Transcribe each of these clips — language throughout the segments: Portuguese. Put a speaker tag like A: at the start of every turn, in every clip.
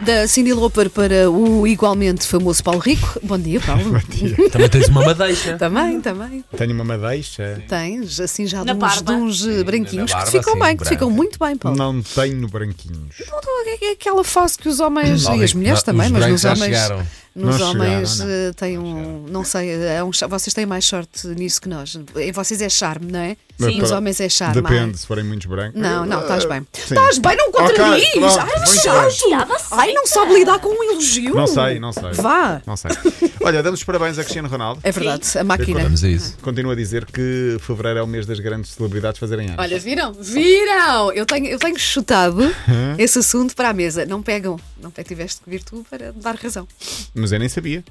A: Da Cindy Lauper para o igualmente famoso Paulo Rico. Bom dia, Paulo.
B: Também tens uma madeixa.
A: também, também.
C: Tenho uma madeixa.
A: Tens, assim, já de
D: Na
A: uns,
D: barba.
A: de uns, eh, branquinhos
B: na
A: que te
B: barba,
A: ficam
B: sim,
A: bem, que te ficam
B: branca.
A: muito bem, Paulo.
C: Não tenho branquinhos.
A: É aquela fase que os homens e as mulheres
B: Os
A: também, mas
B: brancos
A: nos
B: já
A: homens,
B: chegaram.
A: nos
C: Não
A: homens
C: chegaram, não.
A: eh, têm um, não sei, é um, cha- vocês têm mais sorte nisso que nós. Em vocês é charme, não é?
C: Sim.
A: Nos homens é charme.
C: Depende, se forem muitos brancos.
A: Não, não, estás bem.
C: Sim.
A: Estás bem, não contradiz!
C: Ok, pronto,
A: Ai,
C: muito
A: chato! Ai, não sabe lidar com um elogio!
C: Não sei, não sei.
A: Vá!
C: Não sei. Olha, damos os parabéns a Cristiano Ronaldo.
A: É verdade, a máquina.
B: Vamos a isso.
C: Continua a dizer que fevereiro é o mês das grandes celebridades fazerem anos.
A: Olha, viram? Viram! Eu tenho, eu tenho chutado esse assunto para a mesa. Não pegam. Não pe- tiveste que vir tu para dar razão.
C: Mas eu nem sabia.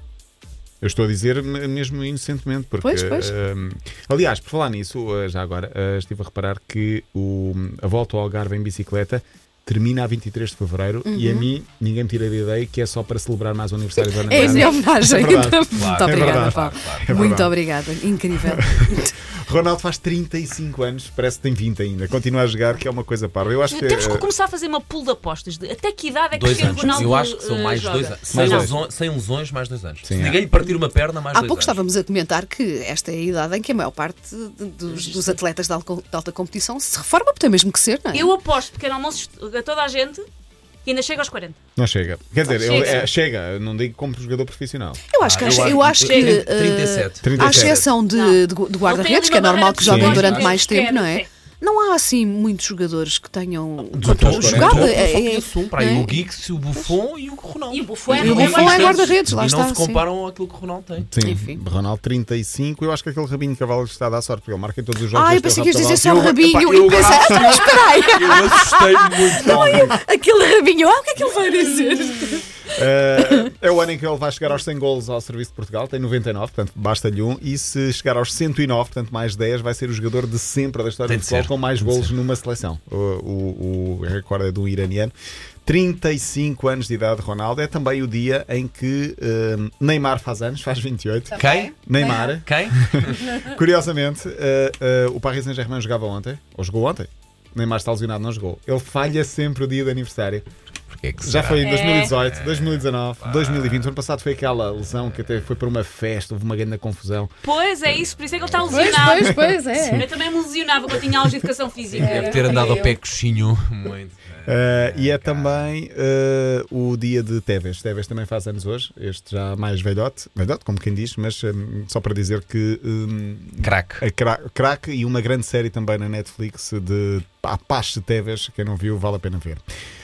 C: Eu estou a dizer m- mesmo inocentemente, porque.
A: Pois, pois.
C: hum, aliás, por falar nisso, uh, já agora, uh, estive a reparar que o- hum, a volta ao Algarve em bicicleta termina a 23 de fevereiro e a mim ninguém me tira de ideia que é só para celebrar mais o aniversário da Ana
A: Uhum. É a
C: Miranda.
A: minha homenagem. Então,
C: É verdade.
A: Muito
C: é
A: obrigada,
C: verdade.
A: Paulo.
C: É
A: Muito
C: verdade.
A: obrigada. Incrível.
C: Ronaldo faz 35 anos, parece que tem 20 ainda. Continua a jogar, que é uma coisa parva. Eu acho que.
D: Temos que
C: uh,
D: começar a fazer uma pool de apostas. De até que idade é que
B: É. Dois
D: Cristiano
B: anos.
D: Ronaldo
B: Eu acho que são
D: eh,
B: mais
D: joga?
B: dois anos. Sem,
C: Mais dois.
B: lesões, sem lesões, mais dois anos.
C: Sim,
B: Se
C: é.
B: ninguém lhe partir uma perna, mais
A: Há
B: dois
A: pouco
B: anos.
A: estávamos a comentar que esta é a idade em que a maior parte dos, dos atletas de alco- de alta competição se reforma, porque tem mesmo que ser, não é?
D: Eu aposto pequeno almoço a toda a gente e ainda chega aos 40.
C: Não chega. Quer dizer,
D: Chega.
C: ele- é, chega, não digo como jogador profissional.
A: Eu acho que,
B: Ah, eu
A: eu,
B: acho-
A: acho que
B: Chega.
A: eh,
B: 37.
A: à
C: 37.
A: exceção de,
D: Não.
A: de gu- de
D: Ele tem ali
A: guarda-redes, que é
D: uma
A: normal
D: barreira
A: que
D: de
A: joguem
C: sim.
A: durante
D: Sim.
A: mais tempo, não é?
D: Sim.
A: Não há assim muitos jogadores que tenham
C: todos,
A: jogado.
C: não é?
B: Jogado,
A: é- é-
B: um, para aí
A: não é?
B: o Giggs, o Buffon e o Ronaldo.
D: E o Buffon é
A: E o
D: guarda-redes.
A: Buffon é guarda-redes, lá
B: e
A: está.
B: não se
A: sim.
B: comparam àquilo que o Ronaldo tem.
C: Sim,
A: Enfim.
C: Ronaldo 35. Eu acho que aquele Rabinho Cavalos está a dar sorte, porque ele marca em todos os jogos.
A: Ah, eu
C: Este é o
A: pensei que ias dizer
C: Rato
A: só o
C: Cavalos.
A: rabinho
B: epá, eu
A: e pensei, ah,
B: agora-
A: então, espera aí,
B: Eu assustei-me muito.
A: aquele rabinho, ah, o que é que ele vai dizer?
C: Eh, é o ano em que ele vai chegar aos 100 golos ao serviço de Portugal, tem 99, portanto basta-lhe um. E se chegar aos 109, portanto mais 10, vai ser o jogador de sempre da história
B: Tem
C: do
B: de
C: futebol
B: ser,
C: com mais
B: tem de
C: golos numa seleção. O, o, o recorde é de um iraniano. 35 anos de idade, Ronaldo. É também o dia em que eh, Neymar faz anos, faz 28.
B: Quem?
C: Neymar,
B: Quem?
C: curiosamente, eh, eh, o Paris Saint-Germain jogava ontem, ou jogou ontem. Neymar está lesionado, não jogou. Ele falha sempre o dia de aniversário.
B: Porque é que
C: Já
B: será?
C: foi em
B: É.
C: 2018, 2019, 2020. O ano passado foi aquela lesão que até foi para uma festa, houve uma grande confusão.
D: Pois é isso, por isso é que ele está lesionado.
A: pois, é.
D: Eu também me lesionava quando eu tinha aulas de educação física.
B: Deve ter andado ao pé coxinho muito.
C: Eh, e é também eh, o dia de Tevez. Tevez também faz anos hoje, este já mais velhote, velhote, como quem diz, mas hum, só para dizer que hum,
B: Crack.
C: a cra- craque e uma grande série também na Netflix de A Paz de Tevez, quem não viu, vale a pena ver.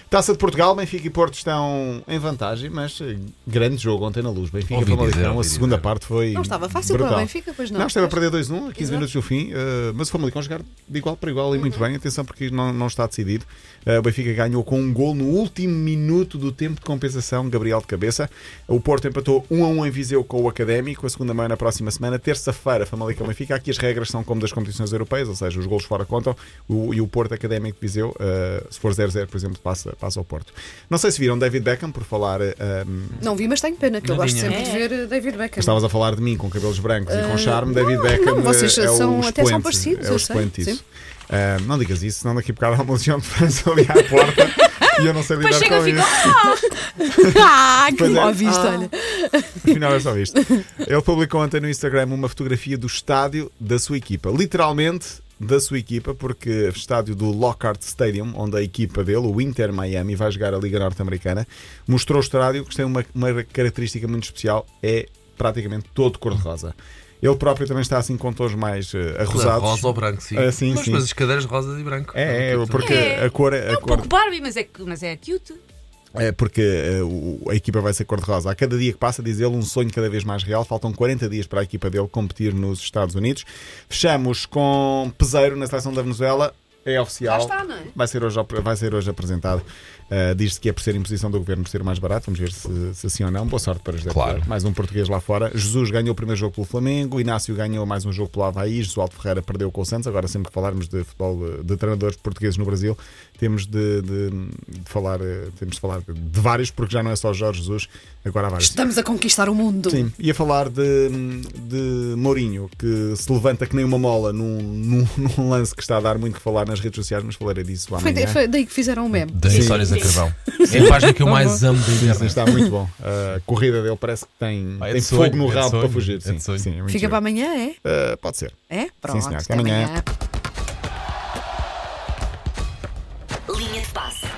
C: Taça de Portugal, Benfica e Porto estão em vantagem, mas eh, grande jogo ontem na luz. Benfica e
B: Ouvi dizer,
C: Famalicão, a
B: ouvi
C: segunda
B: dizer.
C: parte foi.
A: Não estava fácil
C: brutal.
A: para o Benfica, pois não.
C: Não, esteve a perder 2-1 a 15 minutos do fim, eh, mas o Famalicão jogar de igual para igual e muito bem. Atenção, porque não, não está decidido. Eh, o Benfica ganhou com um gol no último minuto do tempo de compensação, Gabriel de cabeça. O Porto empatou 1 a 1 em Viseu com o Académico. A segunda mão na próxima semana, terça-feira, Famalicão Benfica. Aqui as regras são como das competições europeias, ou seja, os golos fora contam. O, e o Porto Académico de Viseu, eh, se for 0-0, por exemplo, passa, passa ao Porto. Não sei se viram David Beckham, por falar. eh, eh,
A: Não vi, mas tenho pena, que eu
B: Não
A: gosto
B: vinha.
A: sempre de ver eh, David Beckham.
C: Estavas a falar de mim com cabelos brancos e com charme,
A: Ah,
C: David
A: não,
C: Beckham.
A: não, vocês
C: eh, é o
A: são- até são
C: expoente,
A: parecidos,
C: É
A: eu
C: o
A: sei,
C: expoente
A: sim.
C: isso. Ah, não digas isso, senão daqui a bocado há uma legião de França ali à porta e eu não sei lidar
D: Depois chega e
C: com
D: fica.
C: isso.
A: ah, que
C: Pois é.
A: mal visto, olha.
C: Afinal é só isto. Ele publicou ontem no Instagram uma fotografia do estádio da sua equipa. Literalmente da sua equipa, porque o estádio do Lockhart Stadium, onde a equipa dele, o Inter Miami, vai jogar a Liga Norte-Americana, mostrou o estádio que tem uma, uma característica muito especial, é praticamente todo cor-de-rosa. Ele próprio também está assim com tons mais eh, arrosados.
B: Rosa ou branco, sim.
C: Ah, sim,
B: mas,
C: sim.
B: mas as cadeiras rosas e branco.
C: É, é, porque
D: É.
C: a cor, a
D: É um
C: cor
D: pouco Barbie, mas é, mas é cute.
C: é porque eh, o- a equipa vai ser cor-de-rosa. A cada dia que passa, diz ele, um sonho cada vez mais real. Faltam 40 dias para a equipa dele competir nos Estados Unidos. Fechamos com Peseiro na seleção da Venezuela. É oficial.
A: Já está, não é?
C: Vai ser hoje, vai ser hoje apresentado. Eh, Diz-se que é por ser imposição do governo, por ser mais barato. Vamos ver se, se sim ou não. Boa sorte para José
B: Claro.
C: Peseiro. Mais um português lá fora. Jesus ganhou o primeiro jogo pelo Flamengo. Inácio ganhou mais um jogo pelo Havaí. Josualdo Ferreira perdeu com o Santos. Agora, sempre que falarmos de futebol eh, de treinadores portugueses no Brasil, temos de, de- de falar, eh, temos de falar de vários, porque já não é só Jorge Jesus, agora há vários.
A: Estamos a conquistar o mundo.
C: Sim, ia falar de, de Mourinho, que se levanta que nem uma mola num, num- num lance que está a dar muito que falar nas redes sociais, mas falarei disso
A: Foi,
C: amanhã.
A: foi daí que fizeram o meme.
B: Das histórias José Carvão. É a página que
C: Tá
B: eu mais amo da
C: Sim, sim,
B: internet.
C: está muito bom. A corrida dele parece que tem,
B: Pá, é de
C: tem
B: sonho,
C: fogo no
B: é de
C: rabo
B: sonho,
C: para fugir.
B: é de
C: Sim,
B: sonho.
C: sim, é muito
A: Fica
C: giro.
A: para amanhã, é?
C: Ah, pode ser.
A: É? Pronto.
C: senhora.
A: até
C: Amanhã.
A: amanhã.
E: Linha de passe.